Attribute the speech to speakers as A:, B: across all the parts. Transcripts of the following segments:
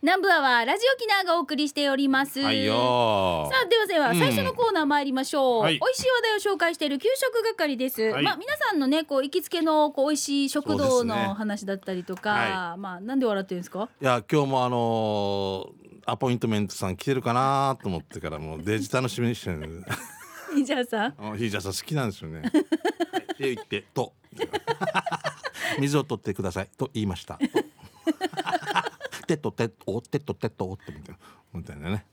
A: 南部アワーラジオキナーがお送りしております。
B: はいよー
A: さあではでは
B: うん
A: 最初のコーナー参りましょう、
B: はい
A: 美味しい話題を紹介している給食係です、
B: はい
A: まあ皆さんのねこう行きつけのこう美味しい食
B: そ
A: 堂
B: うですね
A: の話だったりとか、
B: は
A: まあなんで笑ってるんですか
B: いや今日もあのーアポイントメントさん来てるかなと思ってからもうデジ楽しみにしてる
A: じゃあさん
B: あのひーちゃんさん好きなんですよね。はいって言って と水を取ってくださいと言いました。と 手と手お手と手とってみたいなみたいなね。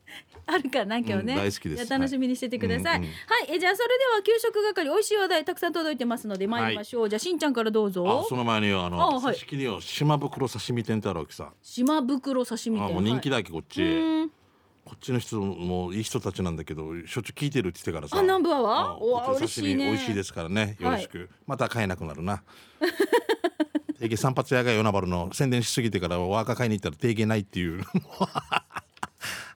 A: あるかな今日ね、
B: うん大好きです
A: いや楽しみにしててください、
B: はいうんうん
A: はいえじゃあそれでは給食係美味しい話題たくさん届いてますので参りましょう、じゃあしんちゃんからどう
B: あ
A: ぞ
B: その前にあの
A: あはい
B: 刺身よ島袋刺身店ってあるわけさ。
A: 島袋刺身
B: あ
A: 店
B: もう人気だっけこっ
A: はい
B: ち。
A: うん
B: こっちの人もいい人たちなんだけどしょっちゅう聞いてるって言ってからさ。
A: あ南部アワー
B: あ
A: おわ
B: こっちの
A: 嬉しいね
B: 刺身美味しいですからね。よろしく。
A: は
B: また買えなくなるな。定義散髪屋が与那原の宣伝しすぎてからワーカー買いに行ったら定義ないっていう。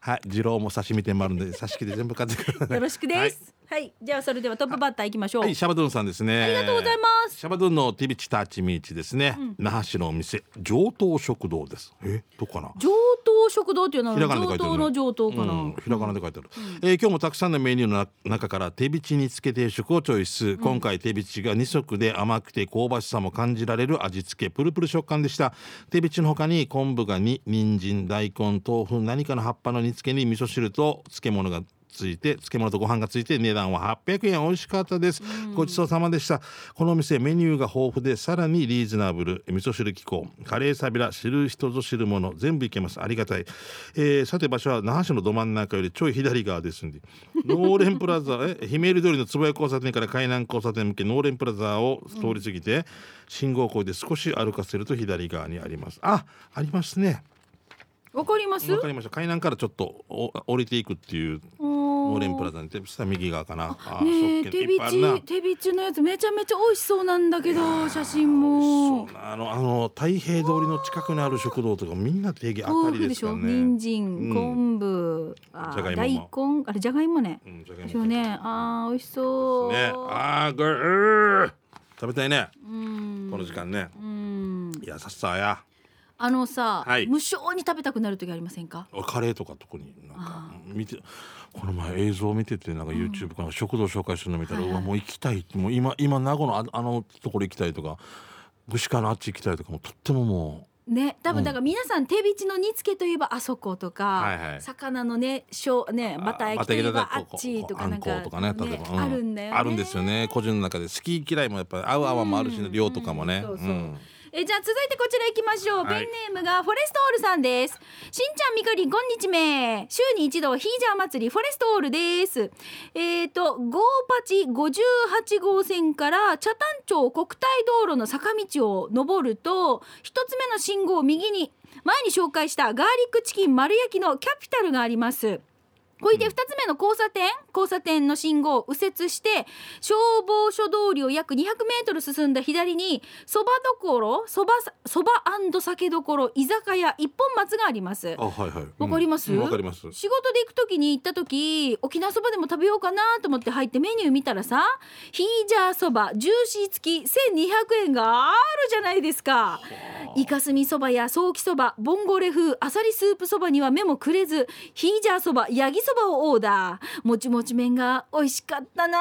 B: はい、二郎も刺身店もあるんで、刺し切で全部買っ てください
A: よろしくですはい、じゃあそれではトップバッター行きましょう、
B: はい、シャバドゥンさんですね。あり
A: がとうございます
B: シャバドゥンのティビチターチミーチですね。那覇市のお店、上等食堂です。え、どこかな。
A: 上等食堂っていうのは
B: ひらがなで書
A: 上
B: いてあ
A: 等
B: るね
A: の上等かな、
B: うん、ひらがなで書いてある、えー今日もたくさんのメニューの中から手びちにつけ定食をチョイス、今回手びちが2足で甘くて香ばしさも感じられる味付けプルプル食感でした手びちの他に昆布が2人参大根豆腐何かの葉っぱの煮付けに味噌汁と漬物がついて漬物とご飯がついて値段は800円美味しかったです、ごちそうさまでしたこのお店メニューが豊富でさらにリーズナブル味噌汁機構カレーサビラ知る人ぞ知るもの全部いけますありがたい、えーさて場所は那覇市のど真ん中よりちょい左側ですんでノーレンプラザえ姫入り通りの坪谷交差点から海南交差点向けノーレンプラザを通り過ぎて、信号を越えて少し歩かせると左側にありますあありますね
A: わかります
B: わかりました海南からちょっとお降りていくっていう
A: モ
B: モーレンプラザに手下右側かな。あー
A: ねえ
B: そっけ
A: 手
B: いっ
A: び
B: ぱいあるな
A: ち手びちのやつめちゃめちゃ美味しそうなんだけど写真
B: そ
A: も
B: うなあのあの太平通りの近くにある食堂とかみんな定義あた
A: 豆腐
B: りで
A: でし
B: すから
A: ょ
B: ね
A: 人。参
B: うん
A: 昆布あ
B: じゃがい
A: 大
B: も
A: 根あれじゃがいもね
B: うんじゃがいも
A: ですよねあー美味しそう
B: ねあーぐー食べたいね
A: うん
B: この時間ね。
A: うん
B: いやさっさや
A: あのさ
B: はい
A: 無性に食べたくなる時ありませんか
B: おカレーとか特になんか見てこの前映像を見ててなんか YouTube から食堂紹介するの見たら、
A: はいうはい
B: わもう行きたいってもう今今名護のああのところ行きたいとか串川のあっち行きたいとかもうとってもも
A: ね多
B: う
A: 分
B: ん
A: だから皆さん手びちの煮付けといえばあそこと
B: はい
A: か
B: はい
A: 魚のねしょうね
B: う
A: バター焼きといえ
B: バ
A: ば
B: タ
A: あ
B: ー
A: っ
B: 焼き
A: ちとかなん
B: こうこうあ
A: か
B: んことかね例えば、うん
A: あるんだよね
B: あるんですよね個人の中で好き嫌いもやっぱり合う合わんもあるしね
A: うん
B: 量とかもね。
A: そうそう
B: うん
A: えじゃあ続いてこちら行きましょう、
B: はい
A: ペンネームがフォレストオールさんですしんちゃんみかりこんにちめ週に一度ヒージャー祭りフォレストオールですえっ、ー、とゴーパチ58号線から茶谷町国体道路の坂道を登ると一つ目の信号を右に前に紹介したガーリックチキン丸焼きのキャピタルがありますこれで2つ目の交差点交差点の信号を右折して消防署通りを約2 0 0メートル進んだ左にそばどころそばさそば酒どころ居酒屋一本松があります
B: あはいはい。
A: わかります
B: うんわ、かります。
A: 仕事で行く時に行った時沖縄そばでも食べようかなと思って入ってメニュー見たらさヒージャーそばジューシー付き1200円があるじゃないですかイカスミそばやソーキそばボンゴレ風あさりスープそばには目もくれずヒージャーそばヤギそばをオーダーもちもち麺が美味しかったな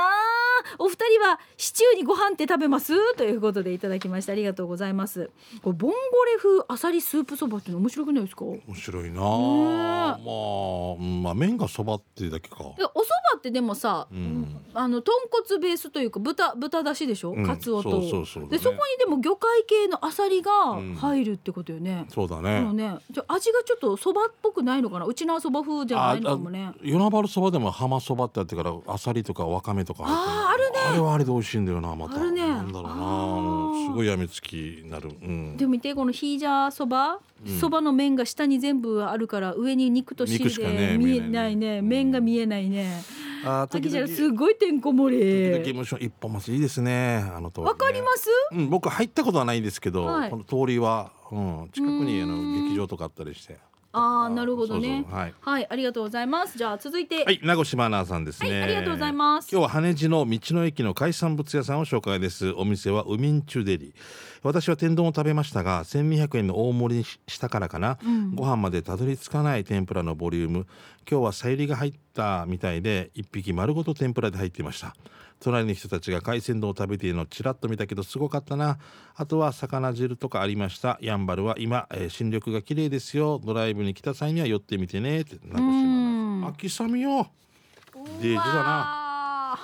A: お二人はシチューにご飯って食べますということでいただきましたありがとうございますこれボンゴレ風あさりスープそばっていうの面白くないですか
B: 面白いな
A: ね
B: あ。まあうんまあ麺がそばっていうだけか
A: い。やお蕎麦ってでもさ、
B: うん
A: あの豚骨ベースというか豚豚だしでしょ、
B: うん
A: カツオと
B: そうそうそうだね
A: でそこにでも魚介系のアサリが
B: ん
A: 入るってことよね、
B: そうだ
A: う
B: ね。
A: ねじゃあ味がちょっとそばっぽくないのかなうちのそば風じゃないのかもね
B: 与那原そばでも浜そばってあってからあさりとかわかめとか入って
A: あーあるね
B: あれはあれで美味しいんだよなまた
A: あるね
B: なんだろうな
A: あー
B: うんすごいやみつきになるうん
A: でも見てこのヒージャーそばそばの麺が下に全部あるから上に肉と汁
B: 肉しか
A: で
B: ね
A: 見え
B: 見え
A: な
B: ないい
A: ね
B: ね
A: 麺が見えないね
B: あー
A: あき
B: 時
A: ちゃん
B: 々
A: すごいてんこ盛
B: 時
A: り
B: 々もちろん一本松いいですねあの通りね
A: わかります
B: うん僕入ったことはないんですけど
A: はい
B: この通りはうん近くにあ
A: うーん
B: の劇場とかあったりして
A: ああなるほどね
B: そうそうはい
A: はいありがとうございますじゃあ続いて
B: はい、名越島アナさんですね、
A: はいありがとうございます
B: 今日は羽地の道の駅の海産物屋さんを紹介ですお店はウミンチュデリ私は天丼を食べましたが1200円の大盛りにししたからかな、
A: うん
B: ご飯までたどり着かない天ぷらのボリューム今日はさゆりが入ったみたいで一匹丸ごと天ぷらで入っていました隣の人たちが海鮮丼を食べているのをちらっと見たけどすごかったなあとは魚汁とかありましたやんばるは今、えー新緑が綺麗ですよドライブに来た際には寄ってみてねって名越
A: うん
B: 島の秋雨よデージだな
A: な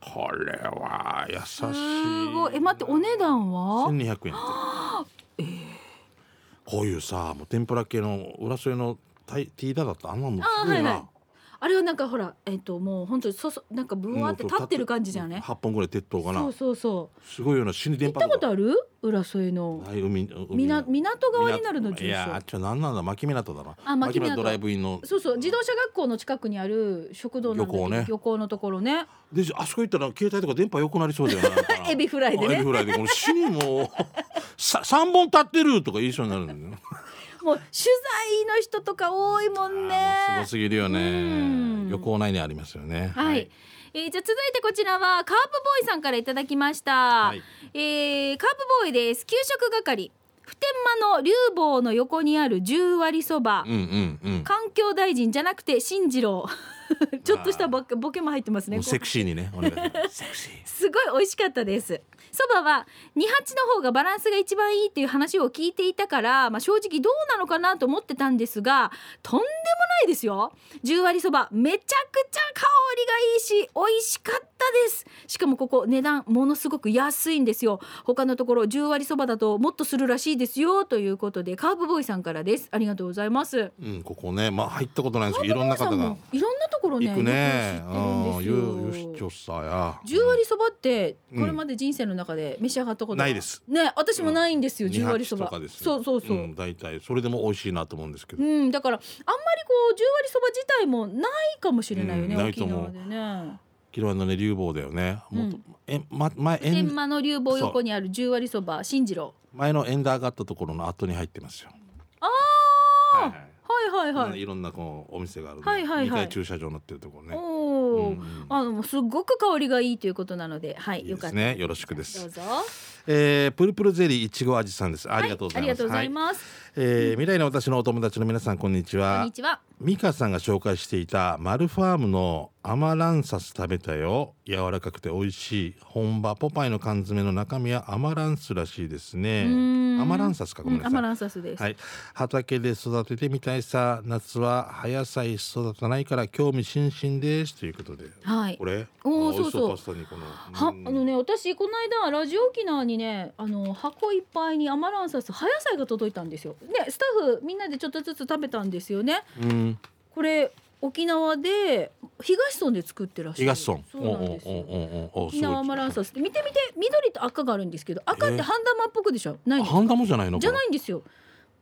B: これは優しい
A: すごいえ待ってお値段は
B: 1200円ってこういうさもう天ぷら系の裏添えのタイティーダーだったあんなのす
A: あー
B: ご
A: はいい
B: な、
A: はいあれはなんかほらえっ、ともう本当にそそなんかブワーって立ってる感じじゃね
B: 8本ぐらい鉄塔かな
A: そうそうそう
B: すごいような死に
A: 行
B: 電
A: っ
B: 波
A: たことある浦添の
B: はい海海
A: みな港側になるの
B: い
A: 住
B: やあっ
A: 所
B: ちは何なんだ牧港だな
A: あ牧港
B: ドライブインの
A: そうそう自動車学校の近くにある食堂なんだけど
B: 漁港ね
A: 漁港のところね
B: であそこ行ったら携帯とか電波良くなりそうだよな
A: エビフライでね
B: エビフライでこれ死にもうさ3本立ってるとか言いそうになるんだよね
A: もう取材の人とか多いもん
B: あーもう
A: ね
B: すごすぎるよ
A: うん
B: ね漁港内にありますよね
A: はい、えーじゃあ続いてこちらはカープボーイさんからいただきました、
B: はい
A: えーカープボーイです給食係普天間の竜坊の横にある十割そば、
B: うんうんうん
A: 環境大臣じゃなくて進次郎 ちょっとしたボケボケも入ってますね
B: もう
A: こう
B: セクシーにねお願いし ますセクシー
A: すごい美味しかったですそばは二八の方がバランスが一番いいっていう話を聞いていたから、まあ、正直どうなのかなと思ってたんですがとんでもないですよ10割そばめちゃくちゃ香りがいいし美味しかったですしかもここ値段ものすごく安いんですよ他のところ10割そばだともっとするらしいですよということでカーブボーイさんからですありがとうございます
B: うんここねまあ入ったことないんですけどいろんな
A: 皆さ
B: 方
A: ん
B: が
A: もいろんなところね
B: 行くね
A: よく
B: う
A: 知
B: ん
A: ってるん
B: よ
A: ですよ
B: よしちょさや
A: 十割そばって
B: うん
A: これまで人生の中で召し上がったこと
B: ないです。
A: ね、私もないんですよ、
B: 二
A: 十割そ
B: 八と
A: ば
B: か。です
A: そうそうそう。うん
B: ん大体それでも美味しいなと思うんですけど
A: だからあんまりこう十割そば自体もないかもしれないよね、
B: うんない
A: 沖
B: と思う
A: 縄でね。
B: 昨日のね流房だよねもっと
A: うん
B: えま前エ
A: 天
B: ン
A: 満の流房横にある十割そば新次郎。
B: 前のエンダーがあったところの後に入ってますよ
A: ああ、
B: はい
A: はいはい
B: うん
A: はい。
B: いろんなこうお店があるんで
A: はいはいはい
B: 二階駐車場になってるところね
A: おお、
B: うんうん
A: あのすっごく香りがいいということなので、はい、
B: いい
A: よ
B: で
A: かっ
B: す
A: た。
B: ねよろしくです
A: どうぞ。
B: えー、プルプルゼリーいちご味さんですあ
A: あ
B: りがとうございます、
A: ありがとうござい
B: は
A: ます。
B: えー未来の私のお友達の皆さんこんにち
A: こん
B: は
A: にちは。
B: ミカさんが紹介していたマルファームのアマランサス食べたよ柔らかくて美味しい本場ポパイの缶詰の中身はアマランスらしいですね
A: うーん
B: アマランサスかご
A: う
B: めん
A: ん、
B: な
A: ア
B: さ
A: マ
B: い
A: ランサスです。
B: はい、畑で育ててみたいさ夏は葉野菜育たないから興味津々ですということで
A: はい
B: こ。れ
A: おー
B: あ美味し
A: そうそう
B: パスタにこの
A: はあ
B: うん
A: のね私この間ラジオ沖縄にねあの箱いっぱいにアマランサス葉野菜が届いたんですよでスタッフみんなでちょっとずつ食べたんですよね
B: うん
A: これ沖縄で東村で作ってらっしゃる
B: 東村
A: そうなんです
B: お
A: よ
B: うおうおうおうおう
A: 沖縄アマラン
B: ス
A: サスって見て見て緑と赤があるんですけど赤って
B: えー
A: ハンダマっぽくでしょないの
B: ハンダモじゃないの
A: じゃ
B: こ
A: ないんですよ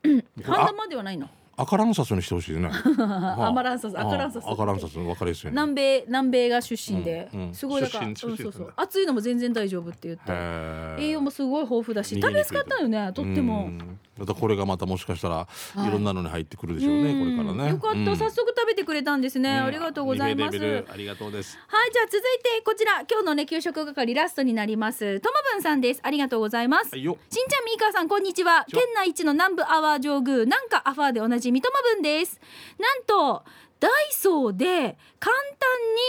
B: れ
A: ハンダマではないの
B: あ赤ランサスにしてほしいねあ
A: アマランサス赤ランサス
B: あ赤ランサス分かりやすいね
A: 南米南米が出身で、
B: うんうん
A: すごいだから、うん、
B: 出身
A: そう
B: 出身
A: そう暑いのも全然大丈夫って言って
B: へー
A: 栄養もすごい豊富だし
B: 逃
A: 食
B: げ
A: べ
B: に
A: や
B: くい
A: すかったよねとっても
B: う。んまたこれがまたもしかしたら
A: い
B: いろんなのに入ってくるでしょうね、
A: うん
B: これからね
A: よかった、
B: うん
A: 早速食べてくれたんですね、
B: うん
A: ありがとうございます。
B: レベルありがとうです
A: はい、じゃあ続いてこちら今日のね給食係ラストになります。ともぶんさんです。ありがとうございます。
B: はいよ
A: しんちゃんみーかーさんこんにちは
B: こんにちは
A: 県内一の南部アワー上宮なんかアファーでおなじみとまぶんですなんとダイソーで簡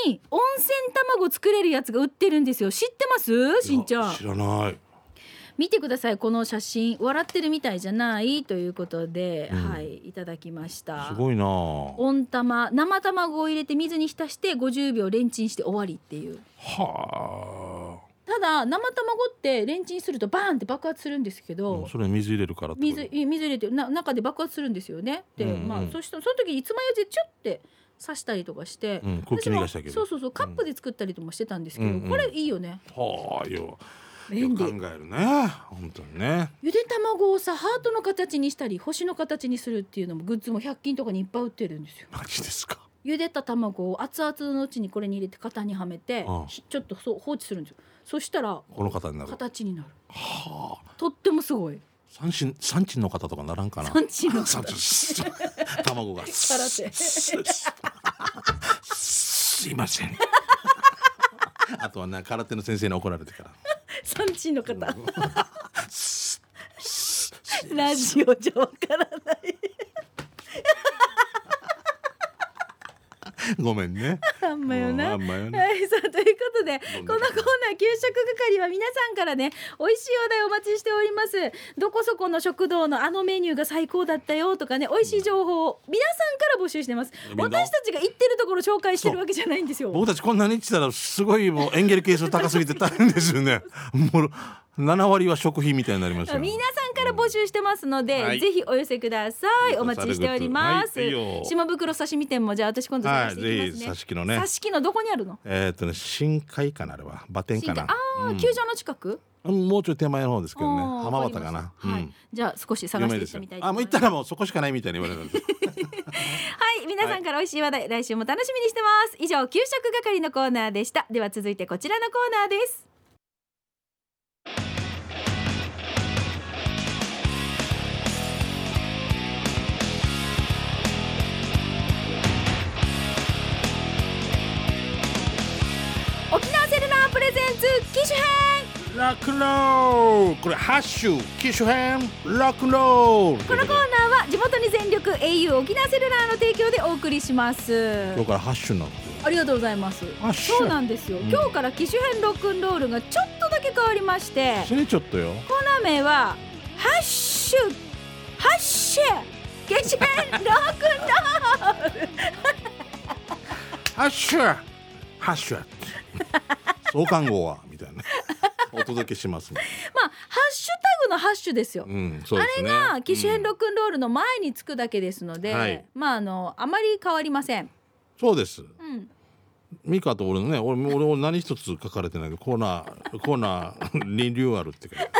A: 単に温泉卵作れるやつが売ってるんですよ知ってますしんちゃん
B: いや知らない
A: 見てくださいこの写真笑ってるみたいじゃないということで、
B: うん
A: はいいただきました
B: すごいな
A: 温玉生卵を入れて水に浸して50秒レンチンして終わりっていう
B: は
A: ただ生卵ってレンチンするとバーンって爆発するんですけ
B: あ
A: ど、
B: うんそれ水入れるからってこと
A: 水い水入れてな中で爆発するんですよねで、
B: うんうん
A: まあそしてその時につまようじでチュッて刺したりとかして、
B: うん空気逃がしたけ
A: そう
B: ど
A: そうそうカップで作ったりともしてたんですけど、
B: うんうん
A: これいいよね
B: はあよよ
A: 便
B: く考
A: 利
B: えるね本当にね
A: ゆで卵をさハートの形にしたり星の形にするっていうのもグッズも100均とかにいっぱい売ってるんですよ
B: マジですか
A: 茹でた卵を熱々のうちにこれに入れて型にはめて
B: ああ
A: ひちょっとそう放置するんですよそしたら
B: この方になる
A: 形になる
B: はあ
A: とってもすごい
B: 三振産地の方とかならんかな
A: 産地の
B: 産地卵が
A: 空手
B: すいません あとはな空手の先生に怒られてから
A: 産地の方ラジオじゃわからない
B: ごめんね
A: あんまよ
B: うん
A: な
B: あんまよね
A: はい、さあということで
B: どん
A: こ
B: ど
A: の
B: ん
A: コーナー給食係は皆さんからね美味しいお題お待ちしておりますどこそこの食堂のあのメニューが最高だったよとかね美味しい情報を皆さんから募集してます
B: みんな
A: 私たちが行ってるところ紹介してるわけじゃないんですよ
B: 僕たちこんなに言ってたらすごいもうエンゲル係数高すぎて大変ですよねもう7割は食費みたいになりましたよ
A: 皆さんから募集してますので、
B: はい
A: ぜひお寄せください。お待ちしております。
B: はいいいよ
A: 島袋刺身店もじゃあ私今度探していきますね。
B: はいぜひ刺し木のね
A: 刺し木のどこにあるの？
B: えーっとね深海かなあれはバテン
A: 新
B: か
A: 幹
B: な
A: ああ、球場の近く？
B: うんもうちょい手前の方ですけどね
A: あー
B: 浜端かな
A: わりましたは
B: う
A: い
B: ん。
A: じゃあ少し探していってみたいと
B: あも
A: 思い
B: う行っ
A: ます。
B: たらもうそこしかないみたいに言われたんで
A: は
B: す
A: い、皆さんから美味しい話題、来週も楽しみにしてます。以上給食係のコーナーでした。では続いてこちらのコーナーです。沖縄セルラープレゼンツ機種編
B: ラクロールこれハッシュ機種編ラクロール
A: このコーナーは地元に全力 au 沖縄セルラーの提供でお送りします
B: 今日からハッシュになって
A: ありがとうございます
B: あし
A: そうなんですよ、
B: うん
A: 今日から機種編ロックンロールがちょっとだけ変わりまして
B: 死ねちょっとよ
A: コーナー名は「ハッシュハッシュ機種編ロックンロール」
B: ハッシュハッシュ創刊号はみたいなお届けしますね
A: まあハッシュタグのハッシュですよ、
B: うんそうですね
A: あ機種編ロックンロールの前につくだけですので、
B: うんはい
A: まああのあまり変わりません、
B: そうです
A: うん、
B: ミカと俺のね俺も俺も何一つ書かれてないけどコーナーコーナーリニューアルって書いて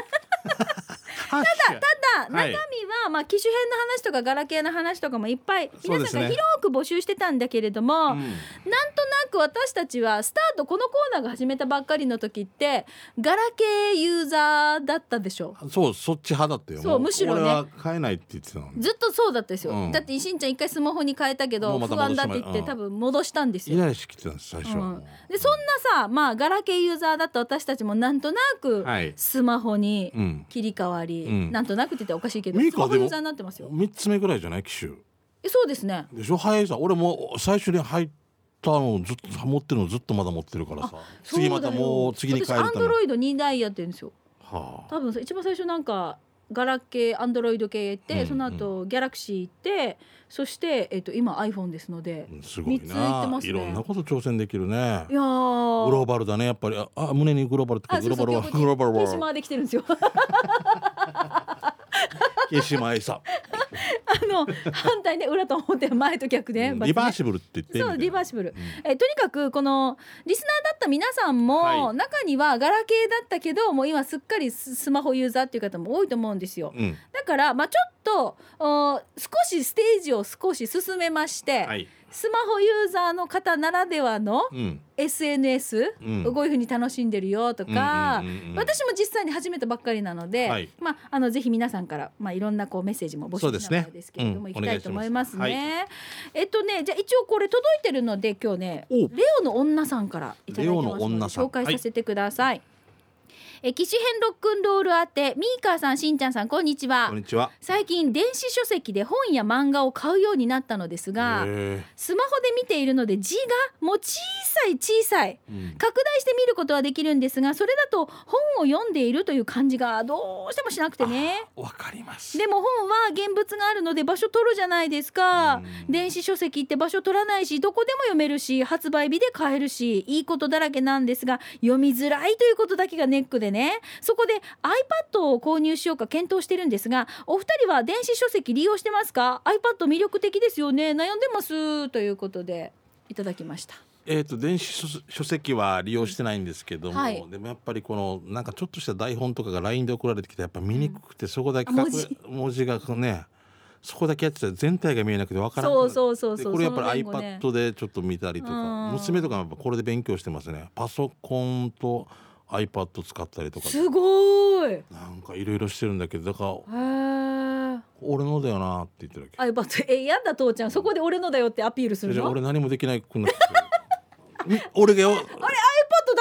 B: ただた だ
A: ただ中身は、
B: はい
A: まあ機種編の話とかガラケーの話とかもいっぱい
B: そう
A: 皆
B: で
A: さ
B: す
A: んが
B: ね
A: 広く募集してたんだけれども、なんとなく私たちはスタートこのコーナーが始めたばっかりの時ってガラケーユーザーだったでしょ
B: そうそっち派だったよ
A: そう
B: も
A: むしろね
B: 俺は買えないって言ってたのに
A: ずっとそうだったですよ、
B: うん
A: だってしんちゃん一回スマホに変えたけ
B: も
A: ど
B: うまた
A: 不
B: 戻
A: 安
B: し
A: だっ
B: てま
A: て言って、
B: うん
A: 多分戻したんです
B: イ
A: よ。
B: ライラしてきてたんです最初はもう、
A: でそんなさまあガラケーユーザーだった私たちもなんとなく
B: はい
A: スマホに
B: うん
A: 切り替わり、
B: うん
A: なんとなくって言ったらおかしいけど
B: ミ
A: ス
B: カ
A: マ
B: でも
A: ホユーザーになってますよ。
B: 三つ目ぐらいじゃない機種
A: えそうですね
B: でしょ早いさ俺も最初に入ったのをずっと持ってるのずっとまだ持ってるからさ次またもう次に変える
A: アン
B: ため
A: ドロイド2台やってるんですよ。
B: はあ
A: 多分一番最初なんかガラケーアンドロイド系行って、
B: うんうん
A: その後ギャラクシー行ってそして、えっと今 iPhone ですので、
B: うんすごい
A: 三つ言って
B: な
A: ま、すね
B: いろんなこと挑戦できるね
A: いやー
B: グローバルだねやっぱりああ胸にグローバルって
A: あ
B: グ
A: そう
B: ロ
A: そう
B: ーバルは
A: 今日
B: グローバル
A: 手島
B: は
A: で来てるんですよ
B: 霧島愛さ
A: あの反対ね裏と表前と逆ね、
B: リバーシ
A: ブ
B: ブルって言って
A: そうリバーシブル、
B: ん
A: えとにかくこのリスナーだった皆さんも、
B: はい
A: 中にはガラケーだったけどもう今すっかりススマホユーザーっていう方も多いと思うんですよ
B: ブルうん
A: だからまあちょっとおー少しステージを少し進めまして、
B: はい
A: スマホユーザーの方ならではの
B: うん
A: SNS、
B: うん
A: こういうふうに楽しんでるよとか、
B: うんうんうんうん
A: 私も実際に始めたばっかりなので、
B: はい
A: まあ、あのぜひ皆さんから、まあ、いろんなこうメッセージも募
B: そう
A: 集
B: で
A: し
B: す
A: なが
B: ね
A: らですけれども、
B: うん
A: いきたいと思いますね。
B: お願いし
A: えっとねじゃあ一応これ届いてるので今日ねレ
B: お
A: オの女さんからいただいてますので
B: レオの女さん
A: 紹介させてください。え機種編ロックンロールあてミーカーさんしんちゃんさんこんにちは
B: こんにちは
A: 最近電子書籍で本や漫画を買うようになったのですが。
B: へ
A: スマホで見ているので字がもう小さい小さい
B: ーうん
A: 拡大して見ることはできるんですがそれだと本を読んでいるという感じがどうしてもしなくてね
B: わかります
A: でも本は現物があるので場所取るじゃないですか
B: うん
A: 電子書籍って場所取らないしどこでも読めるし発売日で買えるしいいことだらけなんですが読みづらいということだけがネックでねそこで iPad を購入しようか検討してるんですがお二人は電子書籍利用してますか iPad 魅力的ですよね悩んでますということでいただきました
B: えー、と電子書書籍は利用してないんですけども、
A: はい
B: でもやっぱりこのなんかちょっとした台本とかが LINE で送られてきてやっぱ見にくくて、そこだけ
A: あ文
B: 文
A: 字
B: 字文字がねそこだけやってたら全体が見えなくてわからなく
A: そ
B: な
A: う
B: る
A: そうそう
B: で
A: そう
B: これやっぱり
A: その言語ね
B: iPad でちょっと見たりとか、
A: うん
B: 娘とかもやっぱこれで勉強してますねパソコンと iPad 使ったりとか
A: すごいへ
B: なんかいろいろしてるんだけどだから
A: え
B: 俺のだよなって言ってるわけ
A: あやっぱえやだ父ちゃんそこで俺のだよってアピールする
B: じゃあ
A: の
B: 俺何もできないくなってる ん俺がよ
A: あれ iPad だ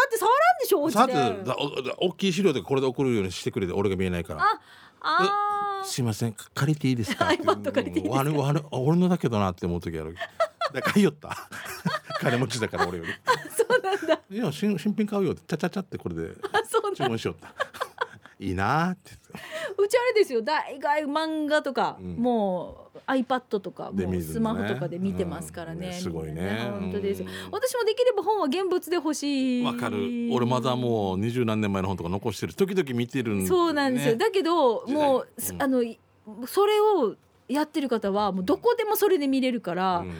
A: って触らんでしょお家
B: さず
A: で
B: だおだ大きい資料でこれで送るようにしてくれて俺が見えないから
A: ああ
B: 「すいませんか借りていいですか?」
A: iPad 借りていいですか
B: うん悪悪俺のだけどなって思う時あるだから買いよった 金持ちだから俺より
A: ーそうなんだ
B: 「いや新新品買うよ」ってちゃちゃちゃってこれで
A: あそう
B: 注
A: なんだ
B: 文しよったいいなーって
A: うちあれですよ大概漫画とか、
B: うん
A: もう iPad とか
B: で
A: もう
B: 見ずにね
A: スマホとかで見てますから
B: うん
A: ね,、
B: ねすごいね
A: みんな本当です
B: うん
A: 私もできれば本は現物で欲しい
B: わかる俺まだもう二十何年前の本とか残してる時々見てるん
A: そうなんですよ、
B: ね
A: だけど
B: 時代
A: もう、す
B: うん
A: あのいそれをやってる方はもうどこでもそれで見れるから、
B: うん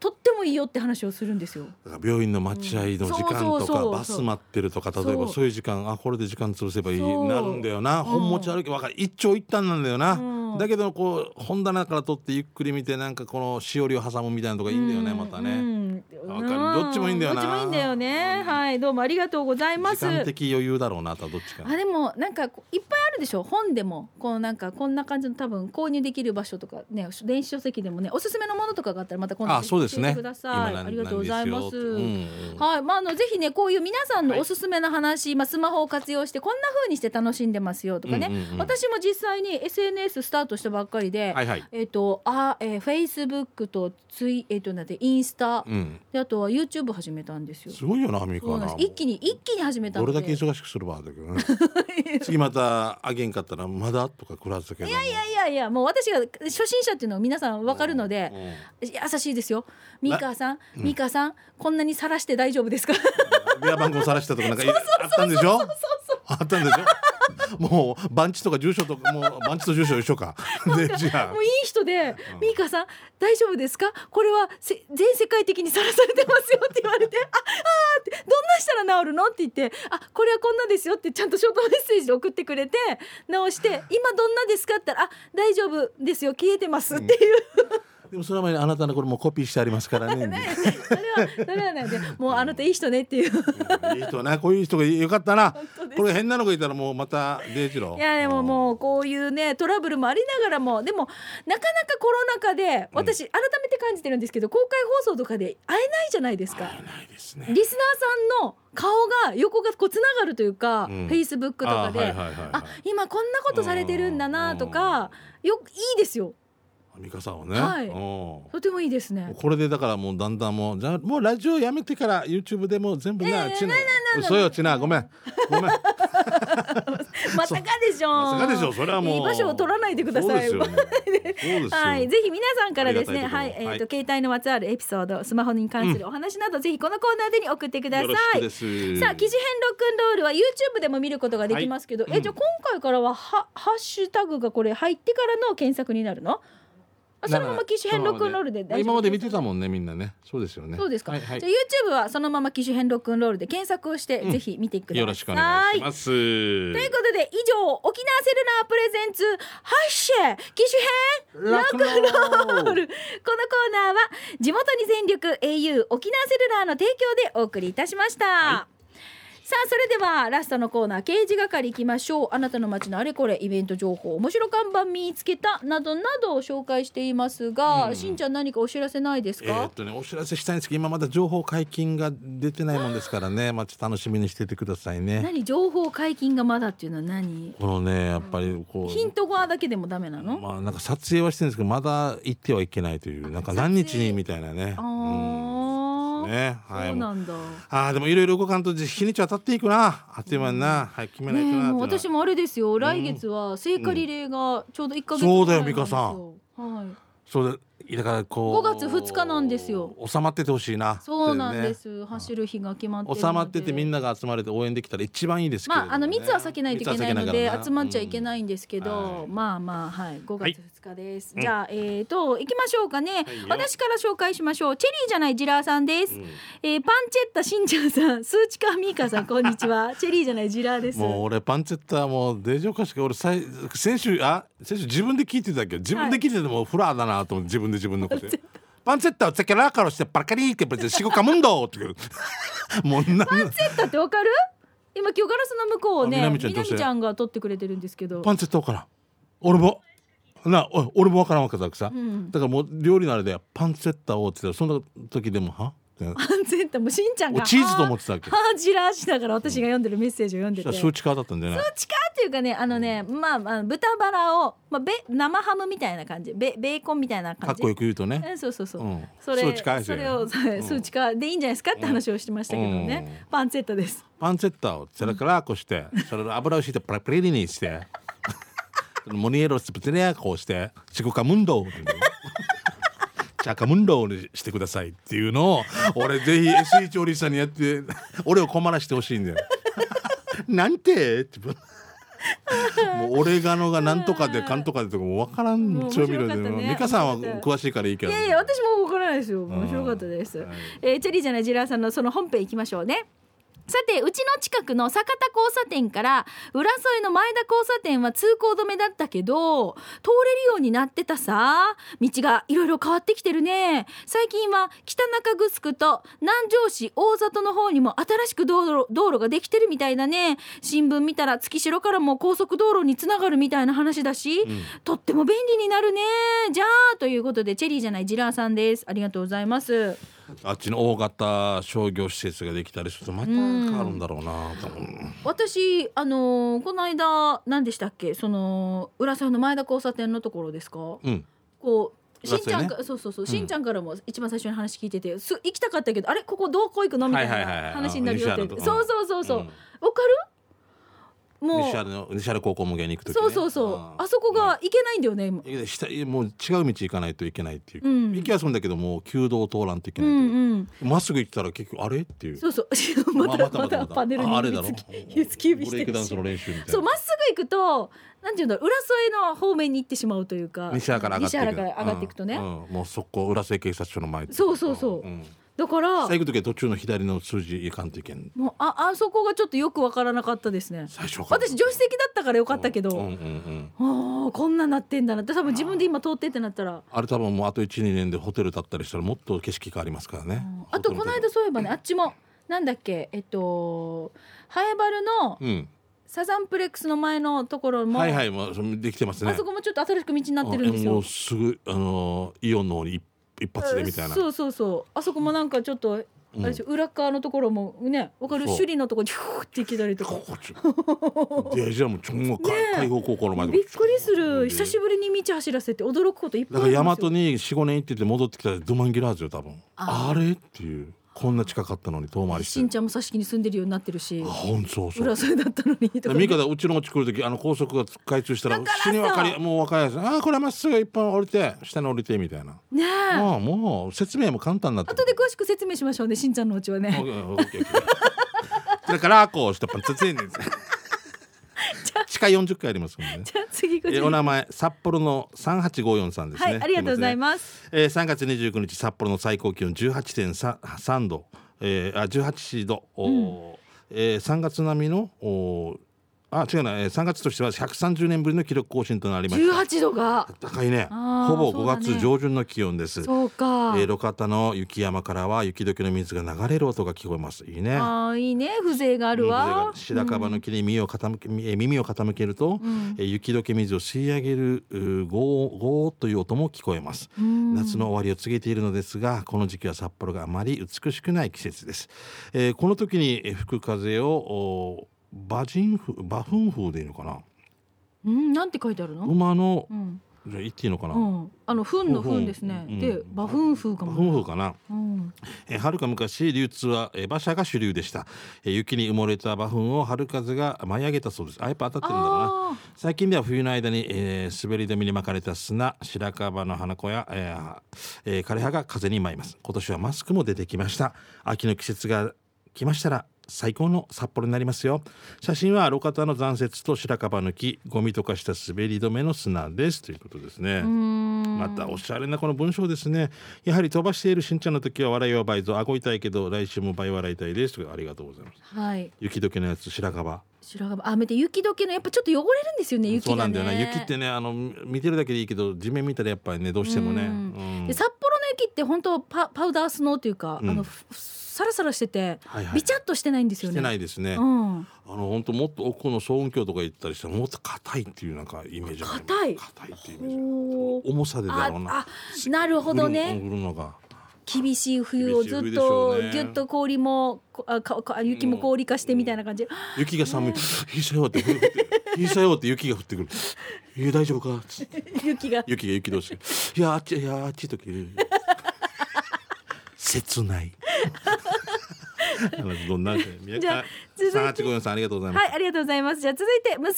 A: とってもいいよって話をするんですよ
B: だから病院の待合の時間
A: うんそうそう
B: と
A: そう
B: か
A: そう
B: バス待ってるとか例え
A: そ
B: ば
A: う
B: そういう時間あこれで時間潰せばいい
A: そう
B: なるんだよな
A: うん
B: 本持ち歩きわかる一長一短なんだよ
A: う
B: なんだけどこう本棚から取ってゆっくり見てなんかこのしおりを挟むみたいなのとかいいんだよねまたね
A: うん
B: わかるどっちもいいんだよな
A: どっちもいいんだよねはいどうもありがとうございま
B: 時
A: す
B: 間的余裕だろうなとはどっちか
A: あでもなんかこういっぱいあるでしょ本でもこうなんかこんな感じの多分購入できる場所とかね電子書籍でもねおすすめのものとかがあったらまた今度
B: あそうです
A: 教え
B: ね
A: てください
B: なん
A: ありがとうございま
B: な
A: す、
B: んでよってうんうん
A: はいまあ、あのぜひねこういう皆さん
B: は
A: の
B: い
A: おすすめの話、まあ、スマホを活用してこんな風にして楽しんでますよとかね、
B: うんうんうん
A: 私も実際に SNS スタートしたばっかりで、
B: はいはい
A: えっ、とあ、えー、Facebook とツイえっ、となんてインスタ、
B: うん
A: であとは YouTube 始めたんですよ。
B: すごいよなアミカ
A: そう
B: は
A: なん
B: な
A: です一気に一気に始めた
B: ど
A: ので
B: れだけ忙しくすればだけ どね次またあげんかったらまだとか食らずだけどいやいや
A: いやいやもう私が初心者っていうのを皆さんわかるので、優しいですよミカさんミカさんこんなに晒して大丈夫ですか
B: 電話番号さらしたとかなんかいあったんでしょあったんでしょもう番地とか住所とかもう番地と住所一 緒かでじゃあ
A: もういい人で「ミカさん大丈夫ですかこれはせ全世界的に晒されてますよ」って言われて「ああー」って「どんなしたら治るの?」って言って「あこれはこんなですよ」ってちゃんとショートメッセージで送ってくれて直 して「今どんなですか?」って言ったら「あ大丈夫ですよ消えてます」っていう
B: でもその前にあなたのこれもうコピーしてありますからね
A: それはそれはなんでもうあなたいい人ねっていう。
B: いい人なこういう人がよかったな
A: 当です
B: これ変なのがいたらもうまたデイジロ
A: いやでももうこういうねトラブルもありながらもでもなかなかコロナ禍で私改めて感じてるんですけど、公開放送とかで会えないじゃないですか。
B: うんないですね
A: リスナーさんの顔が横がこうつながるというか、
B: うん
A: フェイスブックとかで、
B: あ
A: あ,、
B: はいはいはいはい
A: 今こんなことされてるんだなとか、よいいですよ
B: アミカさんはね、
A: はい
B: うん
A: とてもいいですね。
B: これでだからもうだんだんもうじゃあもうラジオやめてから YouTube でもう全部な、
A: ええ
B: チナ
A: なななな
B: 嘘よチナごめんごめん
A: まさかでしょ
B: まさかでしょそれはもう
A: いい場所を取らないでください
B: そうですよそうですよ
A: はい、ぜひ皆さんからですね、は
B: あり
A: い
B: が、たい
A: えっ、
B: ところ
A: と、
B: はい
A: 携帯のまつわるエピソード、スマホに関するお話など、ぜひこのコーナーでに送ってくださ
B: よろしく
A: い。
B: です
A: さあ、記事編ロックンロールは YouTube でも見ることができますけど、
B: はいうん
A: え、じゃあ今回からははハッシュタグがこれ入ってからの検索になるの？あそのまま機種変ロックンロールで大丈夫
B: 今まで見てたもんねみんなねそうですよね
A: そうですか。
B: はいはい
A: じゃあ YouTube はそのまま機種変ロックンロールで検索をして、ぜひ見てください。
B: よろしくお願いします
A: ということで以上沖縄セルラープレゼンツハッシェ機種編
B: ラクロ
A: このコーナーは地元に全力 au 沖縄セルラーの提供でお送りいたしました、さあそれではラストのコーナー刑事係いきましょうあなたの街のあれこれイベント情報面白看板見つけたなどなどを紹介していますが、
B: うん
A: しんちゃん何かお知らせないです
B: えー
A: か、
B: っとねお知らせしたいんですけど今まだ情報解禁が出てないもんですからねまあちょっと楽しみにしててくださいね
A: 何情報解禁がまだっていうのは何
B: このねやっぱりこう
A: ヒント側だけでもダメなの、
B: まあなんか撮影はしてるんですけどまだ行ってはいけないというなんか
A: 撮影
B: 何日にみたいなね。
A: あ
B: うん
A: ー
B: ねはい。
A: そうなんだ。
B: あーでもいろいろ動かんと日にちは経っていくなあっという間にな、はい決めな
A: ね
B: い
A: え
B: となってい
A: もう
B: うのは
A: 私もあれですよ。来月は聖火リレーがちょうど一ヶ月
B: そうだよ
A: ぐらいなんです
B: 美
A: はい。
B: そうだだからこう
A: 5月2日なんですよ収
B: 収まっててほしいな
A: そうなんで
B: ね
A: す。走る日が決まってるので。
B: 収まっててみんなが集まれて応援できたら一番いいですけれど
A: ま
B: もね、
A: ああの密は避けないといけないので
B: 密は避けがらな
A: 集まっちゃいけな
B: う
A: いんですけど、
B: うんはい
A: まあまあはい5
B: はい
A: 月2日です。じゃあえーと行きましょうかね、
B: いよ
A: 私から紹介しましょう。チェリーじゃないジラーさんです。
B: ん
A: えーパンチェッタしんちゃんさん、スーチカーミーカー さんこんにちは。チェリーじゃないジラーです。
B: もう俺パンチェッタもうデジョカしか俺さい先週あ先週自分で聞いてたけど自分で聞いててもフラーだなと思って自分で自分のこ とでパンチェッタをつけ らからしてパラカリーってやっぱりシゴカムンドーって言うもうなん
A: パンチェッタってわかる？え今今日ガラスの向こうをね
B: あ南
A: 南
B: ちゃん
A: ち
B: 女性
A: ゃんが撮ってくれてるんですけど
B: パンツェットわからん俺もなあおい俺もわからんわけだくさ、
A: ん
B: だからもう料理のあれでパンツェッタをって言ったらその時でも はって
A: パンツェッタもうしんちゃん
B: お
A: が
B: チーズと思ってたわけ
A: はじらしながら私が読んでるメッセージを読んで
B: そしてたら数値化だったんじゃない
A: チカーっていうかねあのね、まあ、あの豚バラを、まあ、べ生ハムみたいな感じベベーコンみたいな
B: か
A: 感
B: っ
A: じ
B: こよく言うとね
A: えそうそうそう、
B: うん
A: それ
B: 数値化です
A: そ
B: よ
A: れを、
B: うん
A: 数値化でいいんじゃないですかって話をしてましたけどね、パンツェッタです
B: パンツェッタをセラからこしてそれを油を敷いてプラプリリにして モニエロスプテレアこうしてチコカムン ドーチャカムンドーにしてくださいっていうのを俺ぜひ SE 調理師さんにやって俺を困らしてほ しいんだよなんてってもうオレガノがなんとかでかんとかでとかもう分から
A: もうん
B: 調味料
A: 面白か
B: で、
A: ったね
B: 美香さんは詳しいからいいけ
A: い
B: ど
A: やいや私も怒らないですよ
B: ん
A: 面白かったです、
B: はい
A: えーチェリーじゃないジラーさんのその本編行きましょうねさてうちの近くの坂田交差点から浦添の前田交差点は通行止めだったけど通れるようになってたさ道がいろいろ変わってきてるね最近は北中城と南城市大里の方にも新しく道路道路ができてるみたいだね新聞見たら月城からも高速道路につながるみたいな話だし、
B: ん
A: とっても便利になるねじゃあということでチェリーじゃないジラーさんですありがとうございます
B: あっちの大型商業施設ができたりするとまた変わるんだろうなと思う
A: 私あのーこの間何でしたっけその浦沢の前田交差点のところですか
B: うん
A: こうし
B: 浦
A: んちゃ
B: 添
A: ん
B: ね
A: か、そうそうそうしんちゃんからも一番最初に話聞いてて、す行きたかったけどあれここどこ行くのみたい
B: はいはいはいは
A: ない話になるよって、
B: あの西原の
A: そう
B: とこ
A: そうそうそうわ、
B: うん
A: かるもう
B: 西原の西原高校向けに行くとき、ね、
A: そうそうそうあそこが行けないんだよね今
B: うんいや下もう違う道行かないといけないっていう、
A: うん
B: 行きはするんだけどもう旧道を通らんといけ
A: う
B: ないというん
A: うん
B: ま、っすぐ行ったら結局あれっていう
A: そうそう またまたパネルに
B: ああれだろ
A: 突き突き指し
B: ブレ
A: て
B: イク
A: る
B: ダンス
A: し
B: の練習みたいな
A: そうまっすぐ行くとなんていうんだろう浦添の方面に行ってしまうというか
B: 西原から上がって
A: 西
B: いく
A: 原から上がっていくとね、
B: うんうんもうそこ浦添警察署の前ってい
A: そうそうそう
B: うん
A: だから
B: 最後の時は途中の左の数字行かんといけん
A: もうああそこがちょっとよくわからなかったですね
B: 最初から
A: 私助手席だったからよかったけど、
B: うんうんうん
A: ああこんななってんだなって多分自分で今通ってってなったら、
B: あれ多分もうあと12年でホテルだったりしたらもっと景色変わりますからね
A: うんあとこの間そういえばねあっちもなんだっけえっとハエバルの
B: うん
A: サザンプレックスの前のところも、
B: はいはいもうできてますね
A: あそこもちょっと新しく道になってるんです
B: あも
A: よ
B: う。すぐあのイオンの方に一一発でみたいな
A: そうそうそうあそこもなんかちょっと、あれでしょ裏側のところもねわかる
B: そう
A: 首里のところにヒューって行けたりとか
B: ここ ちょデジャーもちょんまか
A: ねえ
B: 開放高校の前で
A: びっくりする久しぶりに道走らせて驚くこといっぱ
B: だ
A: いあ
B: か
A: るん
B: ら
A: ですよ
B: 大和に45年行ってて戻ってきたらドマンギラーズよ多分
A: あ
B: あれっていうこんな近かったのに遠回り
A: しん
B: して
A: ちゃんも挿し木に住んでるようになってるし
B: あほんそうそう
A: 浦添だったのにとかね
B: ミカだうちの家来る時あの高速が開通したら
A: だからさ
B: 死に分かりもう若いやつああこれはまっすぐ一本降りて下に降りてみたいな
A: ねえ
B: ああもう説明も簡単になってる
A: 後で詳しく説明しましょうねしんちゃんのお家はね
B: だからこうしてパンツついねん 地下40回ありますもんね。
A: じゃあ次こち
B: え
A: ら
B: お名前札幌の三八五四さんです
A: は
B: ね。
A: いありがとうございます
B: すいません。えー三、月二十九日札幌の最高気温18.3度、えー、あ18度、おーえー三月並みのおーあ違うな、えー、三月としては130年ぶりの記録更新となりました。
A: 18度が
B: 高いね。
A: あー
B: ほぼ
A: そ
B: 5
A: うだね
B: 月上旬の気温です。
A: そうか、
B: えー、路肩の雪山からは雪解けの水が流れる音が聞こえます。いいね。
A: あーいいね風情があるわ
B: 白樺の木に耳を傾け、えー耳を傾けると、えー雪解け水を吸い上げるうーゴーゴーという音も聞こえます、夏の終わりを告げているのですがこの時期は札幌があまり美しくない季節です、えーこの時にえー吹く風をおー馬人風馬糞風でいいのかな
A: うん、うんなんて書いてあるの
B: 馬の
A: う、ん、
B: じゃあ言っていいのかな、
A: うん、あの糞の糞ですね、
B: うん
A: で馬糞風か
B: 馬
A: も、
B: 糞風かな
A: うん、
B: えー、はるか昔流通は、えー馬車が主流でした、えー雪に埋もれた馬糞を春風が舞い上げたそうですあやっぱ当たってるんだろうな
A: あ
B: 最近では冬の間に、えー滑り止めに巻かれた砂白樺の花子や、えーえー枯れ葉が風に舞います今年はマスクも出てきました秋の季節が来ましたら最高の札幌になりますよ写真は路肩の残雪と白樺の木ゴミとかした滑り止めの砂ですということですね、
A: ーうーん
B: またおしゃれなこの文章ですねやはり飛ばしているしんちゃんの時は笑いは倍増顎痛いけど来週も倍笑いたいですとかありがとうございます
A: はい
B: 雪解けのやつ白樺
A: 白樺あ見て雪解けのやっぱちょっと汚れるんですよね雪がね
B: そうなんだよね雪ってねあの見てるだけでいいけど地面見たらやっぱりねどうしてもね
A: う
B: うんん
A: で札幌の雪って本当パパウダースノーというか、
B: うん
A: あのふふサラサラしてて、
B: はいはい
A: ビチャっとしてないんですよ
B: し
A: ね
B: てないですね、
A: うん
B: あの本当もっと奥の騒音鏡とか行ったりしたらもっと硬いっていうなんかイメージがあります
A: 硬い
B: 硬いっていうイメージ
A: ほう
B: 重さでだろう
A: あ
B: な
A: あなるほどね
B: ぐるんぐるんのが
A: 厳しい冬をずっ
B: 厳しい冬でしょ
A: と
B: うね
A: ぎゅっと氷もこあかか雪も氷化してみたいな感じ、
B: 雪が寒い「ひさよ」って「ひさよ」って雪が降ってくる「え大丈夫か?」つって
A: 雪が
B: 雪が雪同士いやあっちいやあっちとける切ないあのどんな
A: じゃあ続いて
B: 三八五四さんありがとうございます、
A: はい、ありがとうございます。じゃあ続いて、息子は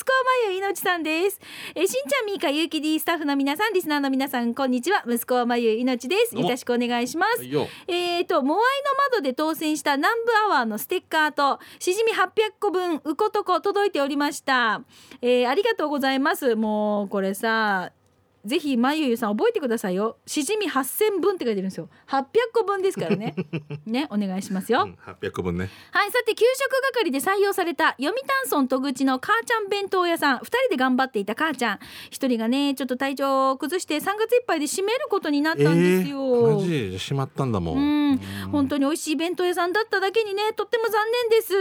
A: まゆいのちさんです。えー、しんちゃん、みーか、ゆうき D スタッフの皆さん、リスナーの皆さん、こんにちは。息子はまゆいのちです。よ
B: どうも
A: ろしくお願いします。
B: はいよ
A: えーと、モアイの窓で当選した南部アワーのステッカーと、しじみ800個分、うことこ届いておりました。えーありがとうございます。もう、これさ、ぜひまゆゆさん覚えてくださいよ。しじみ8000分って書いてるんですよ。800個分ですから ね。ね、お願いしますよ。
B: うん、800分ね
A: はい、さて給食係で採用された読谷村戸口の母ちゃん弁当屋さん2人で頑張っていた母ちゃん1人がねちょっと体調を崩して3月いっぱいで閉めることになったんですよ。
B: マジでしまったんだもん
A: うん、本当に美味しい弁当屋さんだっただけにねとっても残念です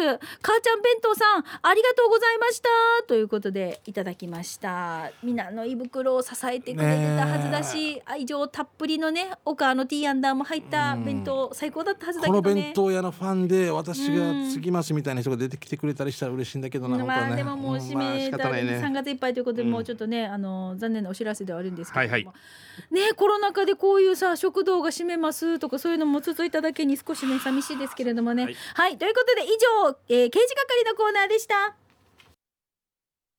A: 母ちゃん弁当さんありがとうございましたということでいただきましたみんなの胃袋を支えてくれてたはずだし、愛情たっぷりのね岡のティーアンダーも入った弁当、最高だったはずだけ
B: この
A: どね
B: 弁当屋のファンで私が継ぎますみたいな人が出てきてくれたりしたら嬉しいんだけどな、本当は
A: まあ
B: ね
A: でももう締
B: んまあ
A: め
B: 仕
A: た
B: 方ない
A: 3
B: ね
A: 月いっぱいということで、もうちょっとねあの残念なお知らせではあるんですけれども、
B: はいは
A: ねコロナ禍でこういうさ食堂が閉めますとかそういうのも続いただけに少しね寂しいですけれどもねはい、ということで以上、えー、刑事係のコーナーでした。